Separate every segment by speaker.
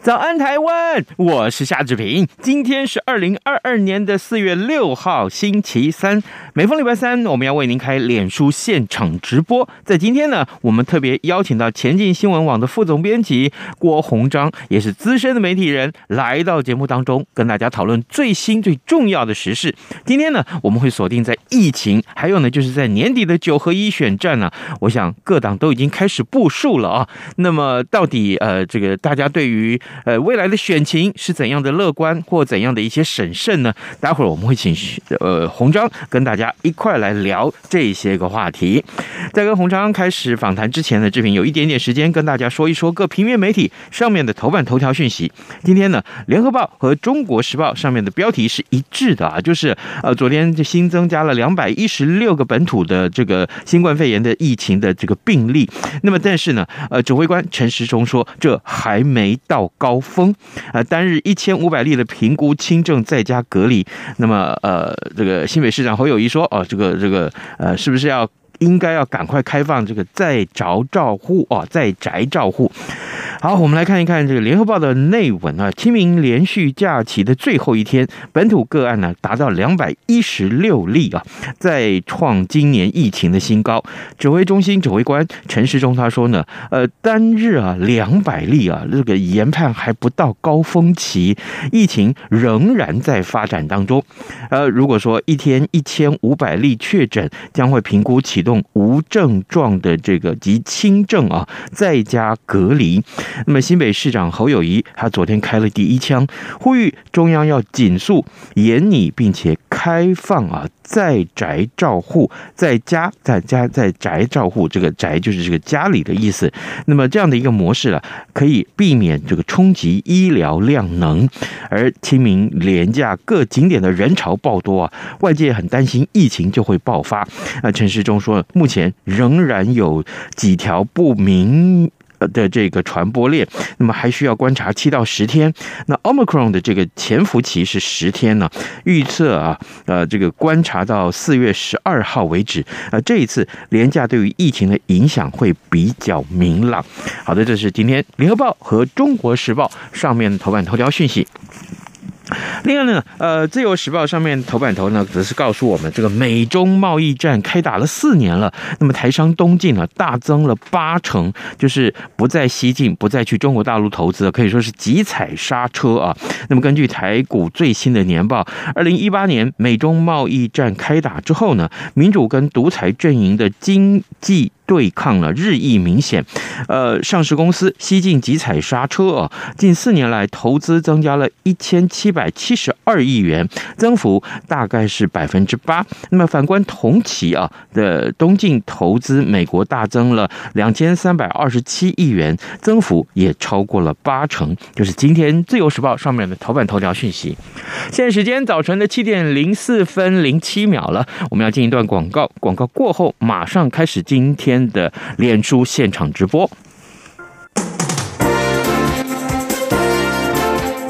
Speaker 1: 早安，台湾！我是夏志平。今天是二零二二年的四月六号，星期三。每逢礼拜三，我们要为您开脸书现场直播。在今天呢，我们特别邀请到前进新闻网的副总编辑郭鸿章，也是资深的媒体人，来到节目当中，跟大家讨论最新最重要的时事。今天呢，我们会锁定在疫情，还有呢，就是在年底的九合一选战呢、我想各党都已经开始部署了啊。那么到底呃，这个大家对于呃未来的选情是怎样的乐观或怎样的一些审慎呢？待会儿我们会请呃洪章跟大家一块来聊这些个话题。在跟洪章开始访谈之前呢，志平有一点点时间跟大家说一说各平面媒体上面的头版头条讯息。今天呢，《联合报》和《中国时报》上面的标题是一致的啊，就是呃，昨天就新增加了两百一十六个本土的这个新冠肺炎的疫情的这个病例。那么，但是呢，呃，指挥官陈时中说，这还没到高峰啊、呃单日一千五百例的评估轻症在家隔离。那么，呃，这个新北市长侯友谊说，哦、这个这个呃，是不是要？应该要赶快开放这个在宅照护哦，在宅照护。好，我们来看一看这个《联合报》的内文啊。清明连续假期的最后一天，本土个案呢达到两百一十六例啊，再创今年疫情的新高。指挥中心指挥官陈时中他说呢，呃，单日啊两百例啊，这个研判还不到高峰期，疫情仍然在发展当中。呃，如果说一天一千五百例确诊，将会评估启动无症状的这个及轻症啊在家隔离。那么新北市长侯友谊他昨天开了第一枪，呼吁中央要紧速严拟，并且开放啊在宅照护，在家在家在宅照护，这个宅就是这个家里的意思。那么这样的一个模式啊，可以避免这个冲击医疗量能。而清明廉价各景点的人潮爆多啊，外界很担心疫情就会爆发。那陈时中说，目前仍然有几条不明。呃的这个传播链，那么还需要观察七到十天。那 Omicron 的这个潜伏期是十天呢、预测啊，呃，这个观察到四月十二号为止。呃，这一次廉价对于疫情的影响会比较明朗。好的，这是今天《联合报》和《中国时报》上面头版头条讯息。另外呢，呃，《自由时报》上面头版头呢，则是告诉我们，这个美中贸易战开打了四年了，那么台商东进呢，大增了八成，就是不再西进，不再去中国大陆投资，可以说是急踩刹车啊。那么根据台股最新的年报，二零一八年美中贸易战开打之后呢，民主跟独裁阵营的经济。对抗呢日益明显，呃，上市公司西进急踩刹车啊，近四年来投资增加了一千七百七十二亿元，增幅大概是百分之八。那么反观同期啊的东进投资，美国大增了两千三百二十七亿元，增幅也超过了八成。就是今天《自由时报》上面的头版头条讯息。现在时间早晨的七点零四分零七秒了，我们要进一段广告，广告过后马上开始今天的脸书现场直播。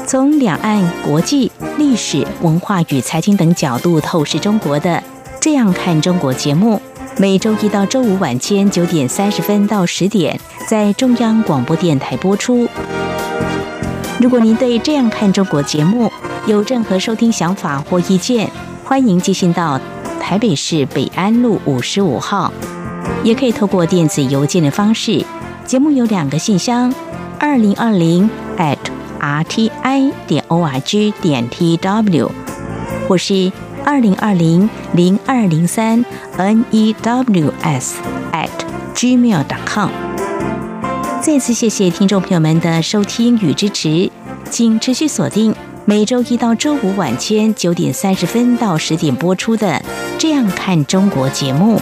Speaker 2: 从两岸、国际、历史文化与财经等角度透视中国的《这样看中国》节目，每周一到周五晚间九点三十分到十点在中央广播电台播出。如果您对《这样看中国》节目有任何收听想法或意见，欢迎寄信到台北市北安路五十五号，也可以透过电子邮件的方式。节目有两个信箱：二零二零 at rti 点 org 点 tw，或是二零二零零二零三 E news at gmail.com。再次谢谢听众朋友们的收听与支持，请持续锁定每周一到周五晚间九点三十分到十点播出的《这样看中国》节目。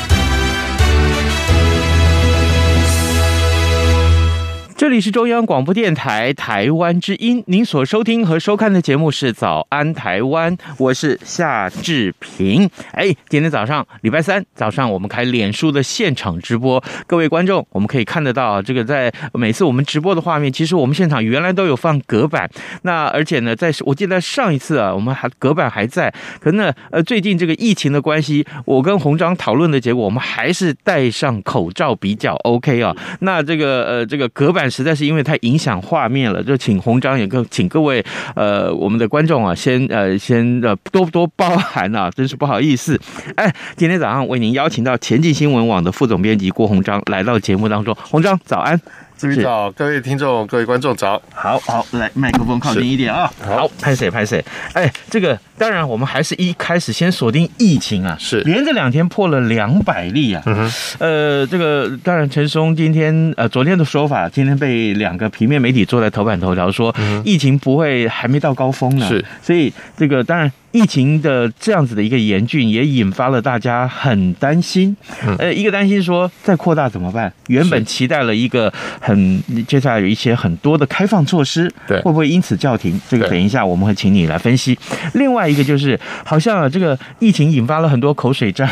Speaker 1: 这里是中央广播电台台湾之音，您所收听和收看的节目是《早安台湾》，我是夏志平。哎，今天早上礼拜三早上，我们开脸书的现场直播，各位观众，我们可以看得到这个在每次我们直播的画面，其实我们现场原来都有放隔板，那而且呢，在我记得上一次啊，我们还隔板还在，可呢，呃，最近这个疫情的关系，我跟洪章讨论的结果，我们还是戴上口罩比较 OK 啊。那这个呃，这个隔板实在是因为太影响画面了，就请洪章也跟请各位呃我们的观众啊，先呃先呃多多包涵啊，真是不好意思。哎，今天早上为您邀请到前进新闻网的副总编辑郭洪章来到节目当中，洪章早安。
Speaker 3: 志平早，各位听众、各位观众早。
Speaker 1: 好好，来麦克风靠近一点啊。好，拍谁拍谁。哎，这个当然，我们还是一开始先锁定疫情啊，
Speaker 3: 是
Speaker 1: 连着两天破了两百例啊。
Speaker 3: 嗯哼，
Speaker 1: 呃，这个当然，陈松今天呃昨天的说法，今天被两个平面媒体做在头版头条说，疫情不会还没到高峰呢。
Speaker 3: 嗯是，
Speaker 1: 所以这个当然。疫情的这样子的一个严峻，也引发了大家很担心。
Speaker 3: 嗯
Speaker 1: 呃，一个担心说再扩大怎么办？原本期待了一个很接下来有一些很多的开放措施，
Speaker 3: 对
Speaker 1: 会不会因此叫停？这个
Speaker 3: 对
Speaker 1: 等一下我们会请你来分析。另外一个就是，好像啊这个疫情引发了很多口水战。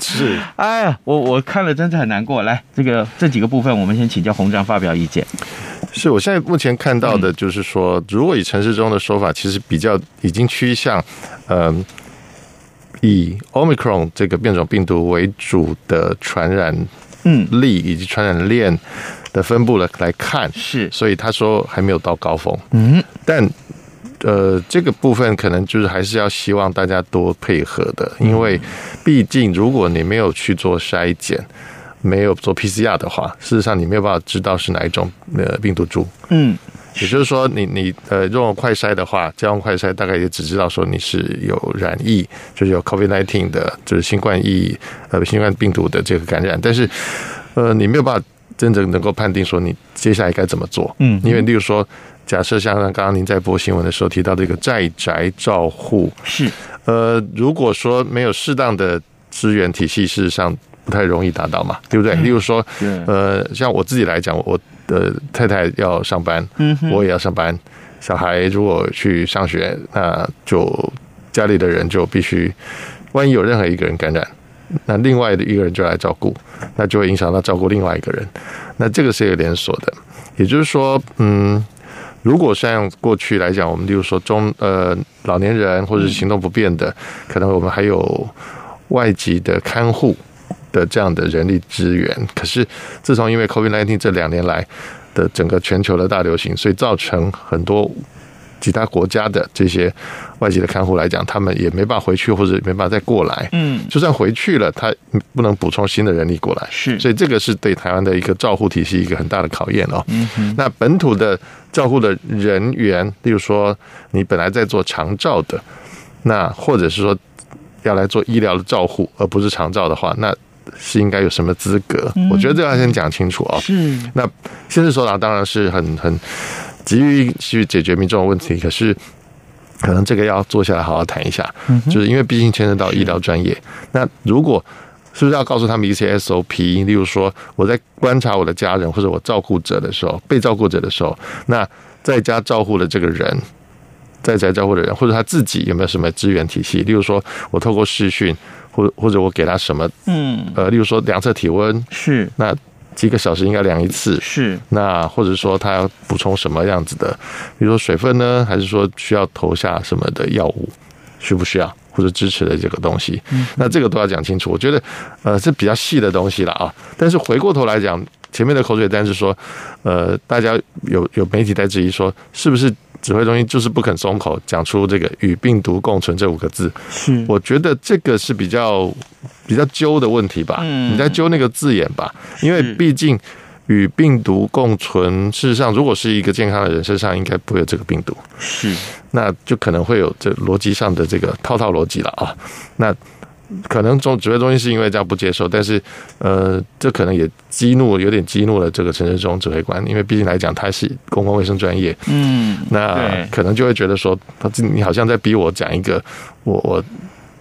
Speaker 3: 是
Speaker 1: 哎呀，我我看了真是很难过。来，这个这几个部分，我们先请教洪章发表意见。
Speaker 3: 是，我现在目前看到的就是说，如果以城市中的说法，其实比较已经趋向，呃，以 Omicron 这个变种病毒为主的传染
Speaker 1: 嗯，
Speaker 3: 力以及传染链的分布了来看，
Speaker 1: 是
Speaker 3: 所以他说还没有到高峰。
Speaker 1: 嗯，
Speaker 3: 但呃，这个部分可能就是还是要希望大家多配合的，因
Speaker 1: 嗯
Speaker 3: 为毕竟如果你没有去做筛检，没有做 PCR 的话，事实上你没有办法知道是哪一种呃病毒株。
Speaker 1: 嗯，
Speaker 3: 也就是说你，你呃用快筛的话，家用快筛大概也只知道说你是有染疫，就是有 COVID-19 的，就是新冠疫呃新冠病毒的这个感染，但是呃你没有办法真正能够判定说你接下来该怎么做。
Speaker 1: 嗯
Speaker 3: 因为例如说，假设像刚刚您在播新闻的时候提到这个在宅照护，
Speaker 1: 是
Speaker 3: 呃，如果说没有适当的资源体系，事实上不太容易达到嘛，对不对？例如说
Speaker 1: 对，
Speaker 3: 呃，像我自己来讲，我的太太要上班，我也要上班，小孩如果去上学，那就家里的人就必须，万一有任何一个人感染。那另外的一个人就来照顾，那就会影响到照顾另外一个人，那这个是一个连锁的，也就是说，嗯，如果像过去来讲，我们例如说中呃老年人或者是行动不便的，可能我们还有外籍的看护的这样的人力资源。可是自从因为 COVID-19 这两年来的整个全球的大流行，所以造成很多其他国家的这些外籍的看护来讲，他们也没办法回去，或者没办法再过来。
Speaker 1: 嗯
Speaker 3: 就算回去了，他不能补充新的人力过来，
Speaker 1: 是
Speaker 3: 所以这个是对台湾的一个照护体系一个很大的考验哦。那本土的照护的人员，例如说你本来在做长照的，那或者是说要来做医疗的照护，而不是长照的话，那是应该有什么资格？我觉得这个要先讲清楚哦。
Speaker 1: 是，
Speaker 3: 那现任首长当然是很很急于去解决民众的问题，可是可能这个要坐下来好好谈一下，就是因为毕竟牵涉到医疗专业。那如果是不是要告诉他们一些 SOP？例如说，我在观察我的家人或者我照顾者的时候，被照顾者的时候，那在家照护的这个人，在宅照顾的人，或者他自己有没有什么资源体系？例如说，我透过视讯，或或者我给他什么，
Speaker 1: 嗯
Speaker 3: 呃，例如说量测体温，
Speaker 1: 是
Speaker 3: 那几个小时应该量一次，
Speaker 1: 是，
Speaker 3: 那或者说他要补充什么样子的，比如说水分呢，还是说需要投下什么的药物，需不需要或者支持的这个东西，那这个都要讲清楚。我觉得呃是比较细的东西了啊，但是回过头来讲，前面的口水单是说，呃，大家有有媒体在质疑说，是不是指挥中心就是不肯松口，讲出这个与病毒共存这五个字，
Speaker 1: 是
Speaker 3: 我觉得这个是比较比较揪的问题吧，
Speaker 1: 嗯
Speaker 3: 你在揪那个字眼吧，因为毕竟与病毒共存，事实上，如果是一个健康的人身上，应该不会有这个病毒，
Speaker 1: 是
Speaker 3: 那就可能会有这逻辑上的这个套套逻辑了啊。那可能中指挥中心是因为这样不接受，但是呃，这可能也激怒，有点激怒了这个陈世忠指挥官，因为毕竟来讲他是公共卫生专业，
Speaker 1: 嗯
Speaker 3: 那
Speaker 1: 对
Speaker 3: 可能就会觉得说，他这你好像在逼我讲一个我我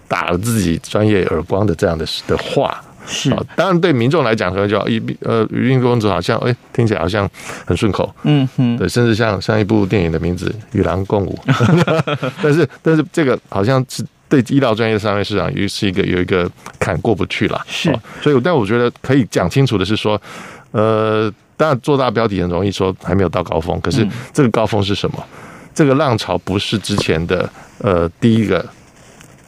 Speaker 3: 打了自己专业耳光的这样的的话。
Speaker 1: 是
Speaker 3: 啊，当然对民众来讲，可能就一呃，语音公主好像哎、听起来好像很顺口，
Speaker 1: 嗯哼
Speaker 3: 对，甚至像像一部电影的名字《与狼共舞》， 但是但是这个好像是对医疗专业上面市场也是一个有一个坎过不去了，
Speaker 1: 是
Speaker 3: 所以但我觉得可以讲清楚的是说，呃，当然做大标题很容易说还没有到高峰，
Speaker 1: 嗯
Speaker 3: 可是这个高峰是什么？这个浪潮不是之前的呃第一个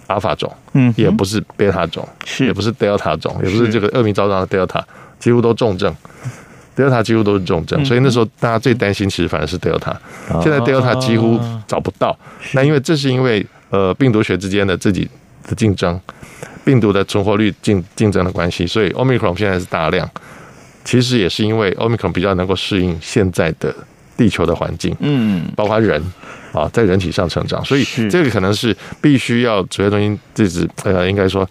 Speaker 3: 阿尔法种，
Speaker 1: 嗯哼
Speaker 3: 也不是贝塔种，
Speaker 1: 是
Speaker 3: 也不是 Delta 种，也不是
Speaker 1: 是
Speaker 3: 这个恶名昭彰的 Delta，几乎都重症。Delta 几乎都是重
Speaker 1: 嗯
Speaker 3: 症，所以那时候大家最担心其实反而是 Delta。现
Speaker 1: 啊
Speaker 3: 在 Delta 几乎找不到，那因为这是因为呃病毒学之间的自己的竞争，病毒的存活率竞竞争的关系，所以 Omicron 现在是大量。其实也是因为 Omicron 比较能够适应现在的地球的环境，
Speaker 1: 嗯
Speaker 3: 包括人啊，在人体上成长，所以
Speaker 1: 是
Speaker 3: 这个可能是必须要指挥中心这支呃，应该说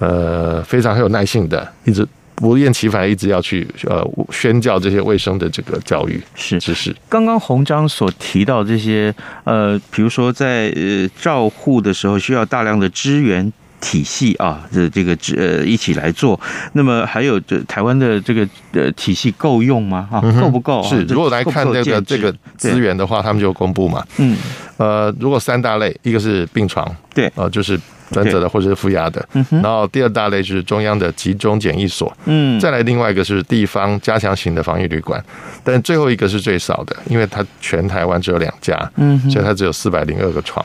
Speaker 3: 呃非常很有耐性的，一直不厌其烦地一直要去呃宣教这些卫生的这个教育
Speaker 1: 是
Speaker 3: 知识。
Speaker 1: 刚刚洪章所提到这些，呃，比如说在呃照护的时候需要大量的支援。体系啊，这这个支呃一起来做，那么还有这台湾的这个呃体系够用吗？啊，够不够啊？
Speaker 3: 嗯是，
Speaker 1: 这
Speaker 3: 如果来看
Speaker 1: 够不够
Speaker 3: 这个
Speaker 1: 建制
Speaker 3: 这个资，源的话，他们就公布嘛。
Speaker 1: 对嗯，
Speaker 3: 呃，如果三大类，一个是病床，
Speaker 1: 对
Speaker 3: 呃，就是专责的或者是负压的，然后第二大类就是中央的集中检疫所，
Speaker 1: 嗯，
Speaker 3: 再来另外一个是地方加强型的防疫旅馆，但最后一个是最少的，因为它全台湾只有两家，
Speaker 1: 嗯哼
Speaker 3: 所以它只有四百零二个床。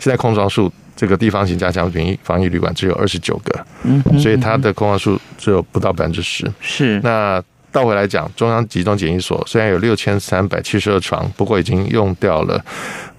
Speaker 3: 现在空床数，这个地方型加强型防疫旅馆只有二十九个，
Speaker 1: 嗯哼嗯
Speaker 3: 所以它的空床数只有不到百分之十。
Speaker 1: 是
Speaker 3: 那倒回来讲，中央集中检疫所虽然有六千三百七十二床，不过已经用掉了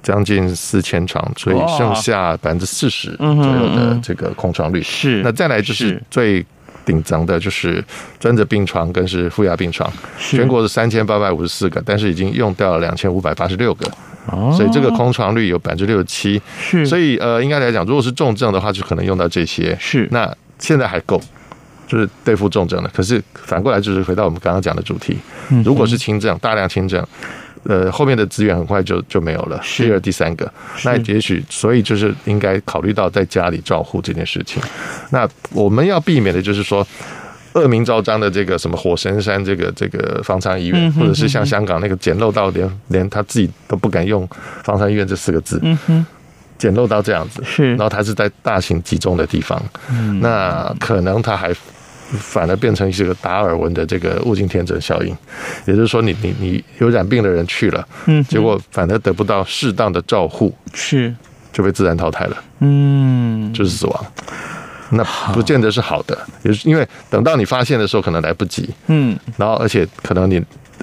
Speaker 3: 将近四千床，所以
Speaker 1: 哇
Speaker 3: 剩下百分之四十左
Speaker 1: 嗯哼
Speaker 3: 右
Speaker 1: 嗯
Speaker 3: 的
Speaker 1: 哼
Speaker 3: 这个空床率。
Speaker 1: 是，
Speaker 3: 那再来就是
Speaker 1: 是
Speaker 3: 最顶层的，就是专责病床跟是负压病床，
Speaker 1: 是
Speaker 3: 全国是三千八百五十四个，但是已经用掉了两千五百八十六个，
Speaker 1: 哦
Speaker 3: 所以这个空床率有百分之六十七。
Speaker 1: 是，
Speaker 3: 所
Speaker 1: 以
Speaker 3: 以呃，应该来讲，如果是重症的话，就可能用到这些。
Speaker 1: 是
Speaker 3: 那现在还够，就是对付重症的。可是反过来就是回到我们刚刚讲的主题，
Speaker 1: 嗯
Speaker 3: 如果是轻症，大量轻症。呃，后面的资源很快就就没有了。
Speaker 1: 是
Speaker 3: 第二、第三个，那也许所以就是应该考虑到在家里照护这件事情。那我们要避免的就是说，恶名昭彰的这个什么火神山这个这个方舱医
Speaker 1: 嗯
Speaker 3: 院，或者是像香港那个简陋到连连他自己都不敢用“方舱医院”这四个字，
Speaker 1: 嗯哼，
Speaker 3: 简陋到这样子，
Speaker 1: 是嗯
Speaker 3: 然后它是在大型集中的地方，那可能它还反而变成是个达尔文的这个物竞天择效应，也就是说你，你你有染病的人去了，
Speaker 1: 嗯哼
Speaker 3: 结果反而得不到适当的照护，
Speaker 1: 是，
Speaker 3: 就被自然淘汰了，
Speaker 1: 嗯，
Speaker 3: 就是死亡。那不见得是好的，也是因为等到你发现的时候，可能来不及，
Speaker 1: 嗯，
Speaker 3: 然后而且可能你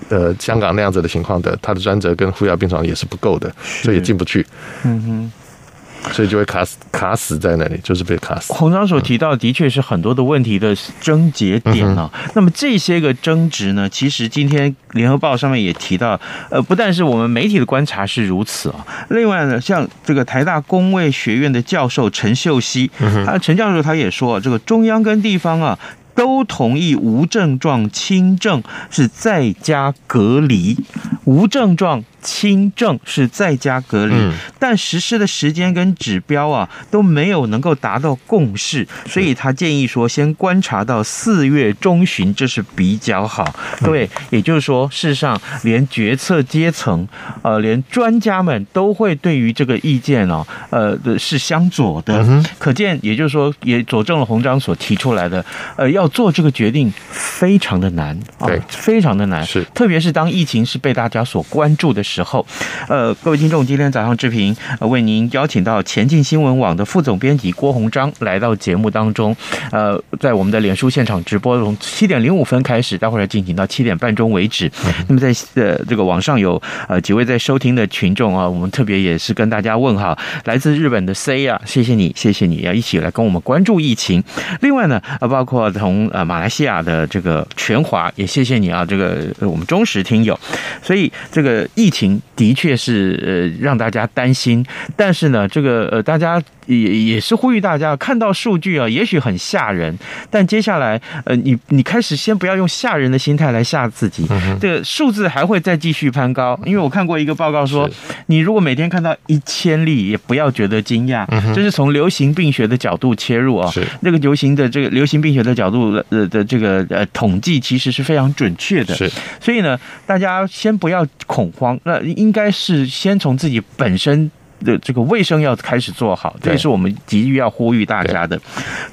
Speaker 3: 呃香港那样子的情况的，他的专责跟负压病床也是不够的，所以也进不去。嗯哼，所以就会卡死卡死在那里，就是被卡死。
Speaker 1: 洪章所提到的确是很多的问题的症结点啊。那么这些个争执呢，其实今天联合报上面也提到，呃，不但是我们媒体的观察是如此啊，另外呢，像这个台大工卫学院的教授陈秀熙，他陈教授他也说，这个中央跟地方啊。都同意无症状轻症是在家隔离，无症状轻症是在家隔离，
Speaker 3: 嗯
Speaker 1: 但实施的时间跟指标啊都没有能够达到共识，所以他建议说先观察到四月中旬，这是比较好。对，也就是说，事实上连决策阶层，呃，连专家们都会对于这个意见哦，呃，的是相左的。可见，也就是说，也佐证了洪章所提出来的，呃，要做这个决定非常的难，啊
Speaker 3: 对
Speaker 1: 非常的难。
Speaker 3: 是
Speaker 1: 特别是当疫情是被大家所关注的时候。呃，各位听众，今天早上志平、呃、为您邀请到前进新闻网的副总编辑郭鸿章来到节目当中。呃，在我们的脸书现场直播，从七点零五分开始，待会儿进行到七点半钟为止。那么在呃这个网上有呃几位在收听的群众啊，我们特别也是跟大家问好，来自日本的 C 啊，谢谢你，谢谢你要一起来跟我们关注疫情。另外呢，呃，包括从呃马来西亚的这个全华，也谢谢你啊，这个呃我们忠实听友。所以这个疫情的确是呃让大家担心，但是呢，这个呃大家也也是呼吁大家看到数据啊，也许很吓人，但接下来呃你你开始先不要用吓人的心态来吓自己，
Speaker 3: 嗯
Speaker 1: 这个数字还会再继续攀高，因为我看过一个报告说
Speaker 3: 是，
Speaker 1: 你如果每天看到一千例，也不要觉得惊讶，这是从流行病学的角度切入啊、
Speaker 3: 嗯是
Speaker 1: 那个流行的这个流行病学的角度呃的这个呃统计其实是非常准确的，
Speaker 3: 是
Speaker 1: 所以呢，大家先不要恐慌，那应该是先从自己本身。的这个卫生要开始做好，这
Speaker 3: 对
Speaker 1: 也是我们急于要呼吁大家的。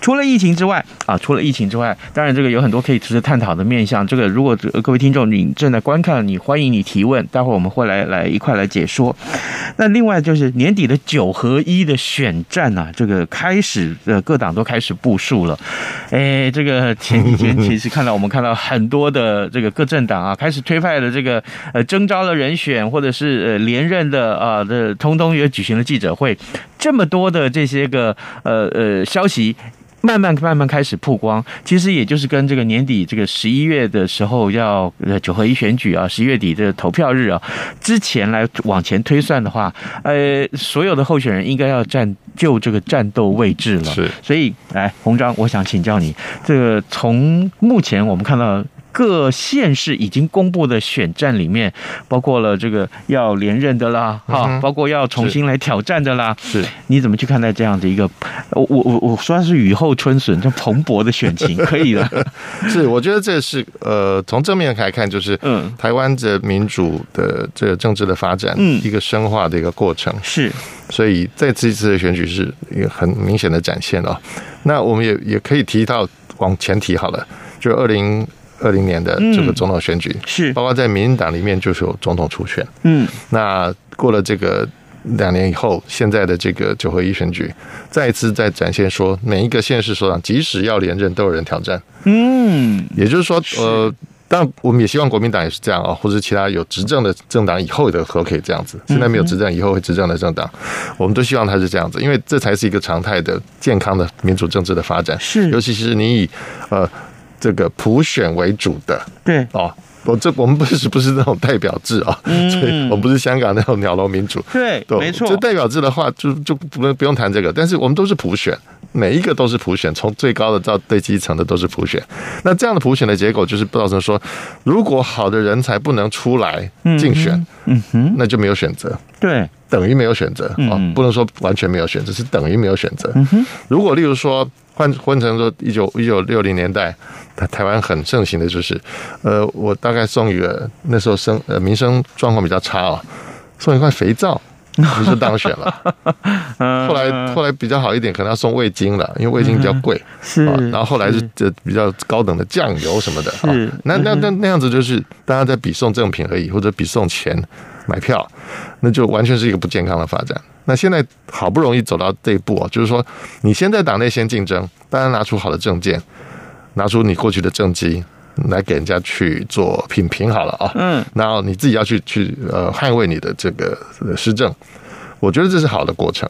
Speaker 1: 除了疫情之外啊，除了疫情之外，当然这个有很多可以值得探讨的面向。这个如果呃各位听众你正在观看，你欢迎你提问，待会儿我们会来来一块来解说。那另外就是年底的九合一的选战啊，这个开始呃各党都开始部署了。哎，这个 前几天其实看到我们看到很多的这个各政党啊，开始推派了这个呃征召了人选或者是呃连任的啊的、通通也举行了记者会，这么多的这些个呃呃消息。慢慢慢慢开始曝光，其实也就是跟这个年底这个十一月的时候要呃九合一选举啊，十一月底的投票日啊，之前来往前推算的话，呃，所有的候选人应该要占就这个战斗位置了。
Speaker 3: 是
Speaker 1: 所以来红章，我想请教你，这个从目前我们看到。各县市已经公布的选战里面，包括了这个要连任的啦，哈、
Speaker 3: 嗯哼
Speaker 1: 包括要重新来挑战的啦，
Speaker 3: 是。
Speaker 1: 你怎么去看待这样的一个？我我我我说它是雨后春笋，这蓬勃的选情，可以 的，
Speaker 3: 是，我觉得这是呃，从正面来看，就是
Speaker 1: 嗯
Speaker 3: 台湾的民主的这个政治的发展，
Speaker 1: 嗯
Speaker 3: 一个深化的一个过程。
Speaker 1: 是
Speaker 3: 所以在这次的选举是一个很明显的展现哦。那我们也也可以提到往前提好了，就二零二零年的这个总统选举，
Speaker 1: 是
Speaker 3: 包括在民进党里面就是有总统初选。
Speaker 1: 嗯
Speaker 3: 那过了这个两年以后，现在的这个九合一选举，再一次再展现说，每一个县市首长即使要连任，都有人挑战。
Speaker 1: 嗯，
Speaker 3: 也就是说，呃，但我们也希望国民党也是这样啊、或者其他有执政的政党以后的和可以这样子。现在没有执政，以后会执政的政党，我们都希望它是这样子，因为这才是一个常态的、健康的民主政治的发展。
Speaker 1: 是
Speaker 3: 尤其是你以呃这个普选为主的
Speaker 1: 对，
Speaker 3: 哦。我这我们不是不是那种代表制啊、所以我们不是香港那种鸟笼民主，
Speaker 1: 对
Speaker 3: 对，
Speaker 1: 没错
Speaker 3: 就代表制的话，就就不用不用谈这个。但是我们都是普选，每一个都是普选，从最高的到最基层的都是普选。那这样的普选的结果就是造成说，如果好的人才不能出来竞选，
Speaker 1: 嗯哼，
Speaker 3: 那就没有选择。
Speaker 1: 对，
Speaker 3: 等于没有选择啊、
Speaker 1: 嗯
Speaker 3: 不能说完全没有选择，是等于没有选择。如果例如说换换成说一九一九六零年代，台台湾很盛行的就是，呃，我大概送一个那时候生呃民生状况比较差哦，送一块肥皂。你就当选 了，
Speaker 1: 嗯
Speaker 3: 后来后来比较好一点，可能要送味精了，因为味精比较贵。
Speaker 1: 是
Speaker 3: 啊，，然后后来
Speaker 1: 嗯
Speaker 3: 是
Speaker 1: 是
Speaker 3: 这比较高等的酱油什么的啊
Speaker 1: 是，嗯
Speaker 3: 那那那那样子就是大家在比送赠品而已，或者比送钱买票，那就完全是一个不健康的发展。那现在好不容易走到这一步啊，就是说你先在党内先竞争，大家拿出好的证件，拿出你过去的政绩来给人家去做品评好了啊，
Speaker 1: 嗯，
Speaker 3: 然后你自己要去去呃捍卫你的这个呃施政，我觉得这是好的过程。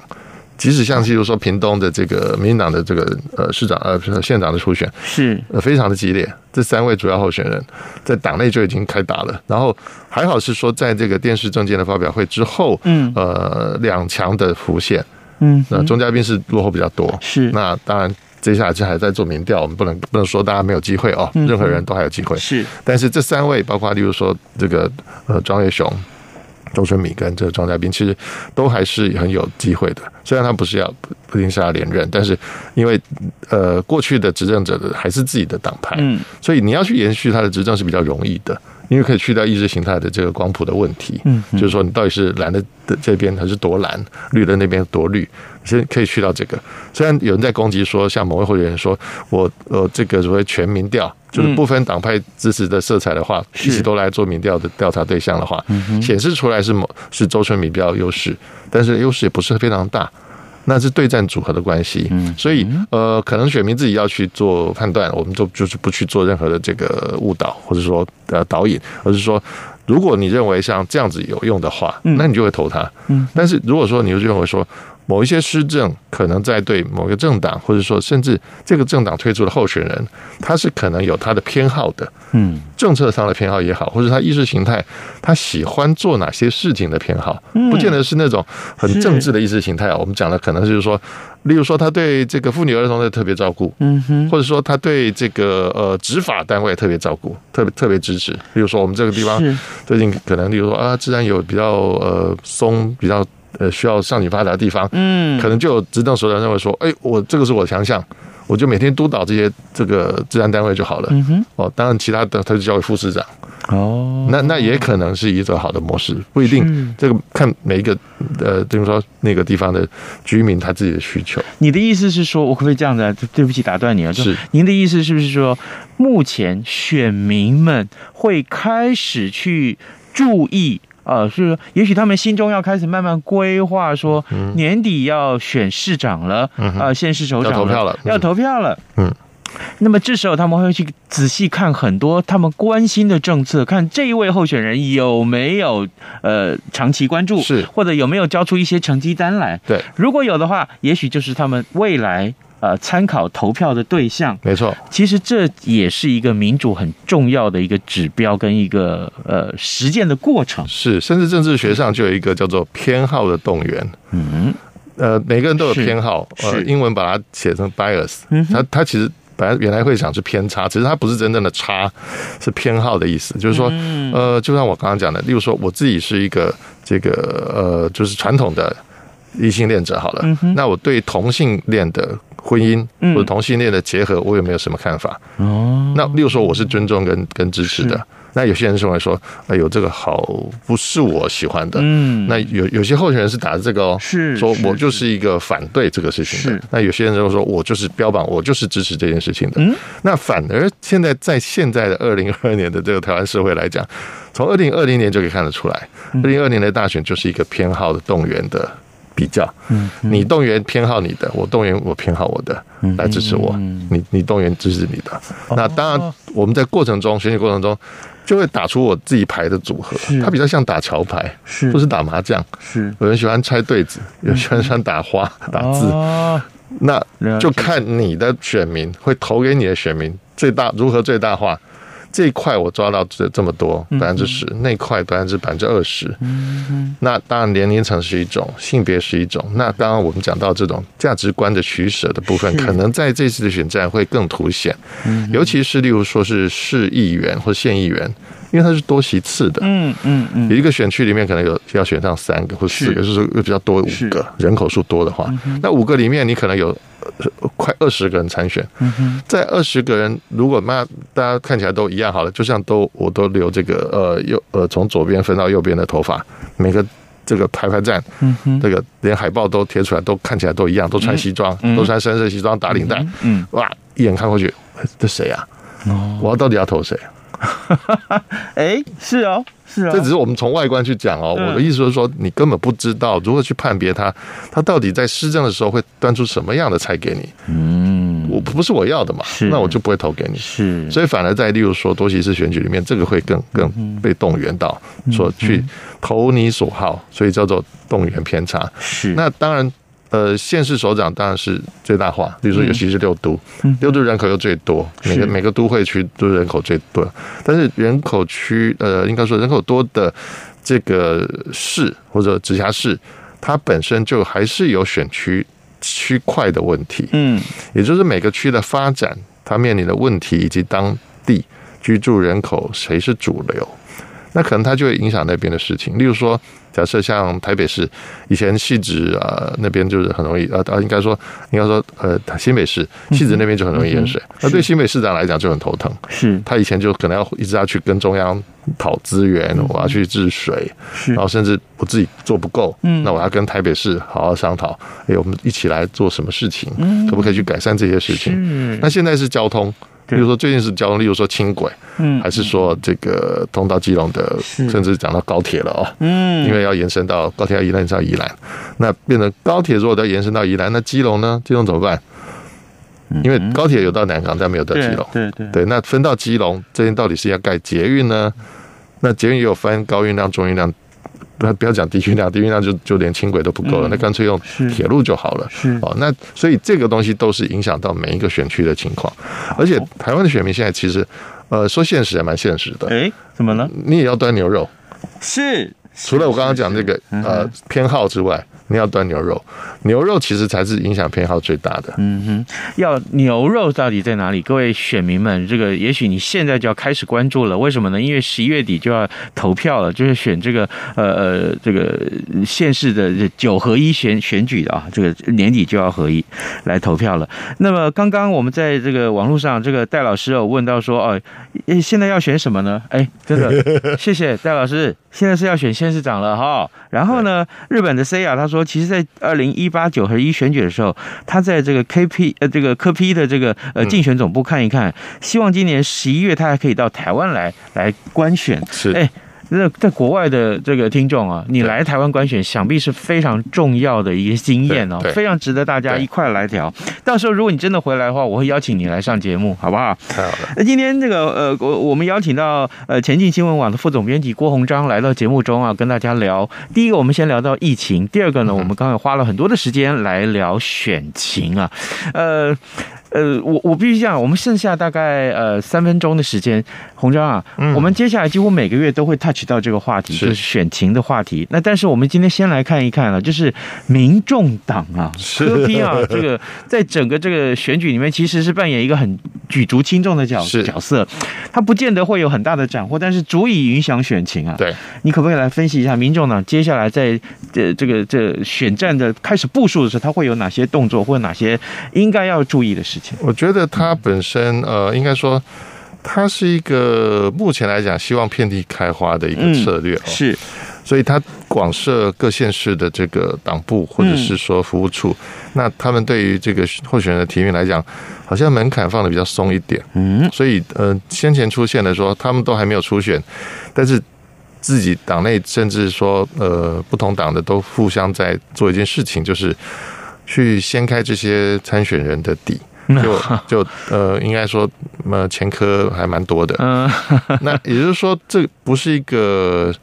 Speaker 3: 即使像，譬如说屏东的这个民进党的这个呃市长呃不是县长的初选，
Speaker 1: 是
Speaker 3: 呃非常的激烈，这三位主要候选人在党内就已经开打了。然后还好是说，在这个电视政见的发表会之后，
Speaker 1: 嗯
Speaker 3: 呃两强的浮现，
Speaker 1: 嗯
Speaker 3: 那钟嘉宾是落后比较多，
Speaker 1: 是
Speaker 3: 那当然。接下来这还在做民调，我们不能不能说大家没有机会哦，任何人都还有机会。
Speaker 1: 嗯是
Speaker 3: 但是这三位，包括例如说这个呃庄月雄、周春米跟这个庄家斌，其实都还是很有机会的。虽然他不是要不不一定是要连任，但是因为呃过去的执政者的还是自己的党派，
Speaker 1: 嗯，
Speaker 3: 所以你要去延续他的执政是比较容易的。因为可以去掉意识形态的这个光谱的问题，嗯，就是说你到底是蓝的的这边还是多蓝，绿的那边多绿，先可以去到这个。虽然有人在攻击说，像某位候选人说，我呃这个所谓全民调就是不分党派支持的色彩的话，
Speaker 1: 是
Speaker 3: 一起都来做民调的调查对象的话，显示出来是某是周春米比较有优势，但是优势也不是非常大。那是对战组合的关系，所以呃，可能选民自己要去做判断，我们就就是不去做任何的这个误导，或者说呃导引，而是说，如果你认为像这样子有用的话，那你就会投他。但是如果说你就认为说某一些施政可能在对某个政党，或者说甚至这个政党推出的候选人，他是可能有他的偏好的，
Speaker 1: 嗯，
Speaker 3: 政策上的偏好也好，或者他意识形态他喜欢做哪些事情的偏好，不见得是那种很政治的意识形态啊。我们讲的可能嗯就是说，例如说他对这个妇女儿童的特别照顾，嗯哼，或者说他对这个呃执法单位特别照顾，特别特别支持。例如说我们这个地方
Speaker 1: 是
Speaker 3: 最近可能，例如说啊，治安有比较呃松，比较呃需要上紧发达的地方，
Speaker 1: 嗯
Speaker 3: 可能就有执政首长认为说，哎，我这个是我的强项，我就每天督导这些这个治安单位就好了。
Speaker 1: 嗯哼
Speaker 3: 哦，当然其他的他就交给副市长。
Speaker 1: 哦，
Speaker 3: 那那也可能是一种好的模式，不一
Speaker 1: 是
Speaker 3: 定这个看每一个呃，就是说那个地方的居民他自己的需求。
Speaker 1: 你的意思是说，我可不可以这样子、啊？对对不起，打断你了。就是您的意思是不是说，目前选民们会开始去注意？呃，是，也许他们心中要开始慢慢规划，说年底要选市长了，
Speaker 3: 嗯哼
Speaker 1: 呃，县市首长
Speaker 3: 要投票了嗯
Speaker 1: 要投票了。
Speaker 3: 嗯，
Speaker 1: 那么这时候他们会去仔细看很多他们关心的政策，看这一位候选人有没有呃长期关注，
Speaker 3: 是
Speaker 1: 或者有没有交出一些成绩单来。
Speaker 3: 对，
Speaker 1: 如果有的话，也许就是他们未来呃参考投票的对象。
Speaker 3: 没错，
Speaker 1: 其实这也是一个民主很重要的一个指标跟一个呃实践的过程。
Speaker 3: 是，甚至政治学上就有一个叫做偏好的动员。嗯，呃，每个人都有
Speaker 1: 是
Speaker 3: 偏好，呃，
Speaker 1: 是嗯
Speaker 3: 英文把它写成 bias，它它其实。本来原来会讲是偏差，只是它不是真正的差，是偏好的意思。就是说，
Speaker 1: 嗯
Speaker 3: 呃，就像我刚刚讲的，例如说我自己是一个这个呃，就是传统的异性恋者好
Speaker 1: 嗯
Speaker 3: 了，那我对同性恋的婚姻或者同性恋的结合，我有没有什么看法？
Speaker 1: 哦，
Speaker 3: 那例如说我是尊重跟跟支持
Speaker 1: 是
Speaker 3: 的，那有些人是会说，哎呦，这个好不是我喜欢的。
Speaker 1: 嗯
Speaker 3: 那有有些候选人是打着这个哦，
Speaker 1: 是
Speaker 3: 说
Speaker 1: 是
Speaker 3: 我就是一个反对这个事情
Speaker 1: 是
Speaker 3: 的。那有些人就说我就是标榜我就是支持这件事情的。
Speaker 1: 嗯
Speaker 3: 那反而现在在现在的二零二二年的这个台湾社会来讲，从二零二零年就可以看得出来，
Speaker 1: 嗯
Speaker 3: 二零二零的大选就是一个偏好的动员的比较。嗯，你动员偏好你的，我动员我偏好我的
Speaker 1: 嗯
Speaker 3: 来支持我，你你动员支持你的。
Speaker 1: 哦
Speaker 3: 那当然，我们在过程中选举过程中。就会打出我自己牌的组合
Speaker 1: 是，
Speaker 3: 它比较像打桥牌，
Speaker 1: 是
Speaker 3: 不是打麻将。
Speaker 1: 是
Speaker 3: 有人喜欢拆对子，有人喜欢喜欢打花、打字，
Speaker 1: 嗯哦
Speaker 3: 那
Speaker 1: 了解
Speaker 3: 就看你的选民会投给你的选民最大如何最大化。这一块我抓到这这么多
Speaker 1: 嗯
Speaker 3: 百分之十，那一块百分之百分之二十。那当然年龄层是一种，性别是一种。那当然我们讲到这种价值观的取舍的部分，可能在这次的选战会更凸显，
Speaker 1: 嗯
Speaker 3: 尤其是例如说是市议员或县议员，因为它是多席次的，
Speaker 1: 嗯嗯嗯，
Speaker 3: 有一个选区里面可能有要选上三个或四
Speaker 1: 是
Speaker 3: 个，就是说又比较多五
Speaker 1: 是嗯
Speaker 3: 个人口数多的话，那五个里面你可能有呃快二十个人参选，
Speaker 1: 嗯
Speaker 3: 在二十个人如果那大家看起来都一样好了，就像都我都留这个呃右呃从左边分到右边的头发，每个。这个排排站，
Speaker 1: 嗯
Speaker 3: 这个连海报都贴出来，都看起来都一样，都穿西装，都穿深色西装打领带，
Speaker 1: 嗯哦
Speaker 3: 哇，一眼看过去，哎这谁啊？我到底要投谁？
Speaker 1: 哎，是哦，是哦，
Speaker 3: 这只是我们从外观去讲哦。
Speaker 1: 嗯
Speaker 3: 我的意思是说，你根本不知道如何去判别他，他到底在施政的时候会端出什么样的菜给你。嗯，我不是我要的嘛
Speaker 1: 是，
Speaker 3: 那我就不会投给你。
Speaker 1: 是
Speaker 3: 所以反而在例如说多席次选举里面，这个会更更
Speaker 1: 嗯
Speaker 3: 被动员到，说去投你所好，所以叫做动员偏差。
Speaker 1: 是
Speaker 3: 那当然，呃，县市首长当然是最大化，比如说
Speaker 1: 嗯
Speaker 3: 尤其是六都，六都人口又最多，每
Speaker 1: 是
Speaker 3: 个每个都会区都人口最多，但是人口区呃，应该说人口多的这个市或者直辖市，它本身就还是有选区区块的问题，
Speaker 1: 嗯
Speaker 3: 也就是每个区的发展，它面临的问题以及当地居住人口谁是主流，那可能它就会影响那边的事情。例如说，假设像台北市以前细致啊那边就是很容易啊啊，应该说应该说呃新北市细致那边就很容易淹水，那对新北市长来讲就很头疼。
Speaker 1: 是
Speaker 3: 他以前就可能要一直要去跟中央讨资源，我要去治水，
Speaker 1: 嗯是嗯
Speaker 3: 然后甚至我自己做不够，那我要跟台北市好好商讨，
Speaker 1: 嗯
Speaker 3: 嗯哎，我们一起来做什么事情，可不可以去改善这些事情？那现在是交通。比如说最近是交通，例如说轻轨，
Speaker 1: 嗯
Speaker 3: 还是说这个通到基隆的，
Speaker 1: 是
Speaker 3: 甚至讲到高铁了哦，
Speaker 1: 嗯
Speaker 3: 因为要延伸到高铁要延伸到宜兰，那变成高铁如果要延伸到宜兰，那基隆呢？基隆怎么办？因为高铁有到南港，但没有到基
Speaker 1: 嗯对
Speaker 3: 隆。
Speaker 1: 对对
Speaker 3: 对，那分到基隆这边到底是要盖捷运呢？那捷运也有分高运量、中运量，那不要讲低运量，低运量就就连轻轨都不够了，那干脆用铁路就好了。
Speaker 1: 嗯是
Speaker 3: 哦，那所以这个东西都是影响到每一个选区的情况，而且台湾的选民现在其实，呃，说现实也蛮现实的，
Speaker 1: 哎，怎么了？
Speaker 3: 你也要端牛肉，
Speaker 1: 是
Speaker 3: 嗯除了我刚刚讲这个
Speaker 1: 嗯
Speaker 3: 呃偏好之外，你要端牛肉，牛肉其实才是影响偏好最大的。
Speaker 1: 嗯要牛肉到底在哪里？各位选民们，这个也许你现在就要开始关注了。为什么呢？因为十一月底就要投票了，就是选这个呃呃这个县市的这九合一选选举的啊，这个年底就要合一来投票了。那么刚刚我们在这个网络上，这个戴老师有问到说，哦，诶现在要选什么呢？哎，真的，谢谢戴老师，现在是要选县市长了哈。然后呢，日本的 C 啊，他说，其实，在二零一八九合一选举的时候，他在这个 KP 呃这个科 P 的这个呃竞选总部看一看，希望今年十一月他还可以到台湾来来观选。
Speaker 3: 是
Speaker 1: 哎，那在国外的这个听众啊，你
Speaker 3: 对
Speaker 1: 来台湾观选，想必是非常重要的一个经验哦
Speaker 3: 对，对
Speaker 1: 非常值得大家
Speaker 3: 对
Speaker 1: 一块来聊。到时候如果你真的回来的话，我会邀请你来上节目，好不好？
Speaker 3: 太好了，
Speaker 1: 那今天这个呃，我我们邀请到呃前进新闻网的副总编辑郭鸿章来到节目中啊，跟大家聊。第一个，我们先聊到疫情；第二个
Speaker 3: 嗯
Speaker 1: 呢，我们刚才花了很多的时间来聊选情啊，呃。呃，我我必须讲，我们剩下大概呃三分钟的时间，鸿章啊，
Speaker 3: 嗯
Speaker 1: 我们接下来几乎每个月都会 touch 到这个话题，就
Speaker 3: 是
Speaker 1: 是选情的话题。那但是我们今天先来看一看啊，就是民众党啊，柯批啊，这个在整个这个选举里面，其实是扮演一个很举足轻重的角
Speaker 3: 是
Speaker 1: 角色，他不见得会有很大的斩获，但是足以影响选情啊。，
Speaker 3: 对。
Speaker 1: 你可不可以来分析一下民众党接下来在这这个这选战的开始部署的时候，他会有哪些动作，或者哪些应该要注意的事情？
Speaker 3: 我觉得它本身呃，应该说它是一个目前来讲希望遍地开花的一个策略哦，
Speaker 1: 是
Speaker 3: 所以它广设各县市的这个党部或者是说服务处，那他们对于这个候选人的提名来讲，好像门槛放的比较松一点，嗯，所以呃，先前出现的说他们都还没有初选，但是。自己党内甚至说，呃，不同党的都互相在做一件事情，就是去掀开这些参选人的底，就就呃，应该说呃前科还蛮多的。
Speaker 1: 嗯，
Speaker 3: 那也就是说，这不是一个，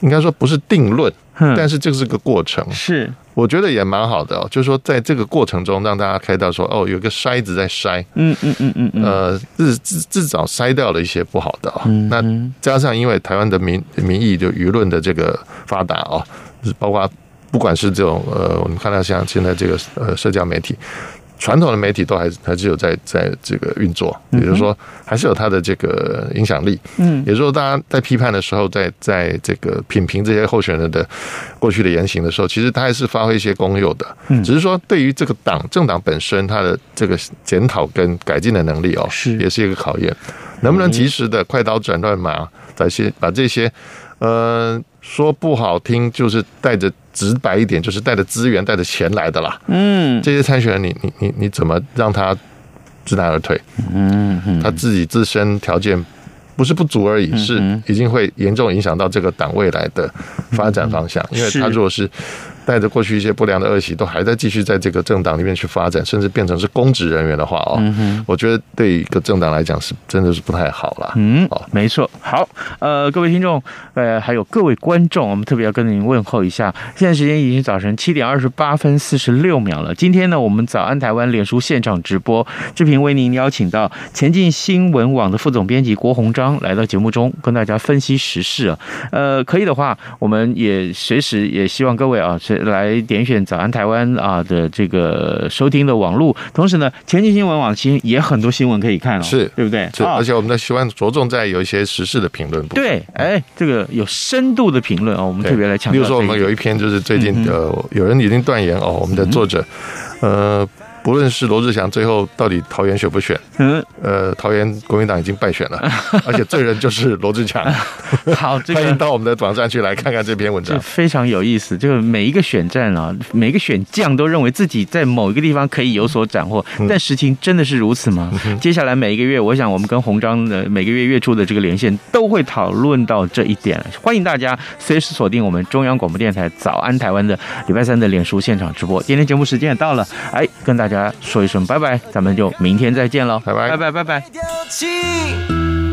Speaker 3: 应该说不是定论，
Speaker 1: 哼
Speaker 3: 但是这是个过程。
Speaker 1: 是
Speaker 3: 我觉得也蛮好的哦，就是说在这个过程中，让大家看到说，哦，有一个筛子在筛，
Speaker 1: 嗯嗯嗯嗯嗯，
Speaker 3: 呃，至至至少筛掉了一些不好的哦。那加上因为台湾的民民意就舆论的这个发达哦，就是包括不管是这种呃，我们看到像现在这个呃社交媒体。传统的媒体都还是还是有在在这个运作，也就是说还是有它的这个影响力。嗯，也就是说，大家在批判的时候，在在这个品评这些候选人的过去的言行的时候，其实它还是发挥一些功用的。嗯，只是说对于这个党政党本身，它的这个检讨跟改进的能力哦，
Speaker 1: 是
Speaker 3: 也是一个考验，能不能及时的快刀斩乱麻，把些把这些呃说不好听，就是带着直白一点，就是带着资源、带着钱来的啦。
Speaker 1: 嗯
Speaker 3: 这些参选人你，你你你怎么让他知难而退？嗯，他自己自身条件不是不足而
Speaker 1: 嗯
Speaker 3: 已，是已经会严重影响到这个党未来的发展方向。因为
Speaker 1: 嗯是
Speaker 3: 他如果是带着过去一些不良的恶习，都还在继续在这个政党里面去发展，甚至变成是公职人员的话哦，
Speaker 1: 嗯
Speaker 3: 我觉得对一个政党来讲是真的是不太好啦。
Speaker 1: 嗯
Speaker 3: 好，
Speaker 1: 没错。好，呃，各位听众，呃，还有各位观众，我们特别要跟您问候一下。现在时间已经早晨七点二十八分四十六秒了。今天呢，我们早安台湾脸书现场直播，志平为您邀请到前进新闻网的副总编辑郭鸿章来到节目中，跟大家分析时事啊。呃，可以的话，我们也随时也希望各位啊，是来点选早安台湾啊的这个收听的网路。同时呢，前进新闻网其实也很多新闻可以看哦，
Speaker 3: 是
Speaker 1: 对不对？
Speaker 3: 是，
Speaker 1: 啊
Speaker 3: 而且我们的习惯着重在有一些时事的评论部分。
Speaker 1: 对，哎，这个有深度的评论啊、我们
Speaker 3: 对
Speaker 1: 特别来强
Speaker 3: 比
Speaker 1: 调
Speaker 3: 如
Speaker 1: 这一点。嗯
Speaker 3: 说，我们有一篇就是最近呃，有人已经断言哦，我们的作者，呃，不论是罗志祥最后到底桃园选不选，
Speaker 1: 嗯，
Speaker 3: 呃，桃园国民党已经败选了， 而且罪人就是罗志祥。
Speaker 1: 好，这
Speaker 3: 欢迎
Speaker 1: 个
Speaker 3: 到我们的网站去来看看这篇文章
Speaker 1: 这。非常有意思，就是每一个选战啊，每一个选将都认为自己在某一个地方可以有所斩获，但实情真的是如此吗？接下来每一个月，我想我们跟红章的每个月月初的这个连线都会讨论到这一点。欢迎大家随时锁定我们中央广播电台《早安台湾》的礼拜三的脸书现场直播。今天节目时间也到了，哎，跟大家说一声拜拜，咱们就明天再见喽，
Speaker 3: 拜拜
Speaker 1: 拜拜，拜拜。
Speaker 4: 丢弃。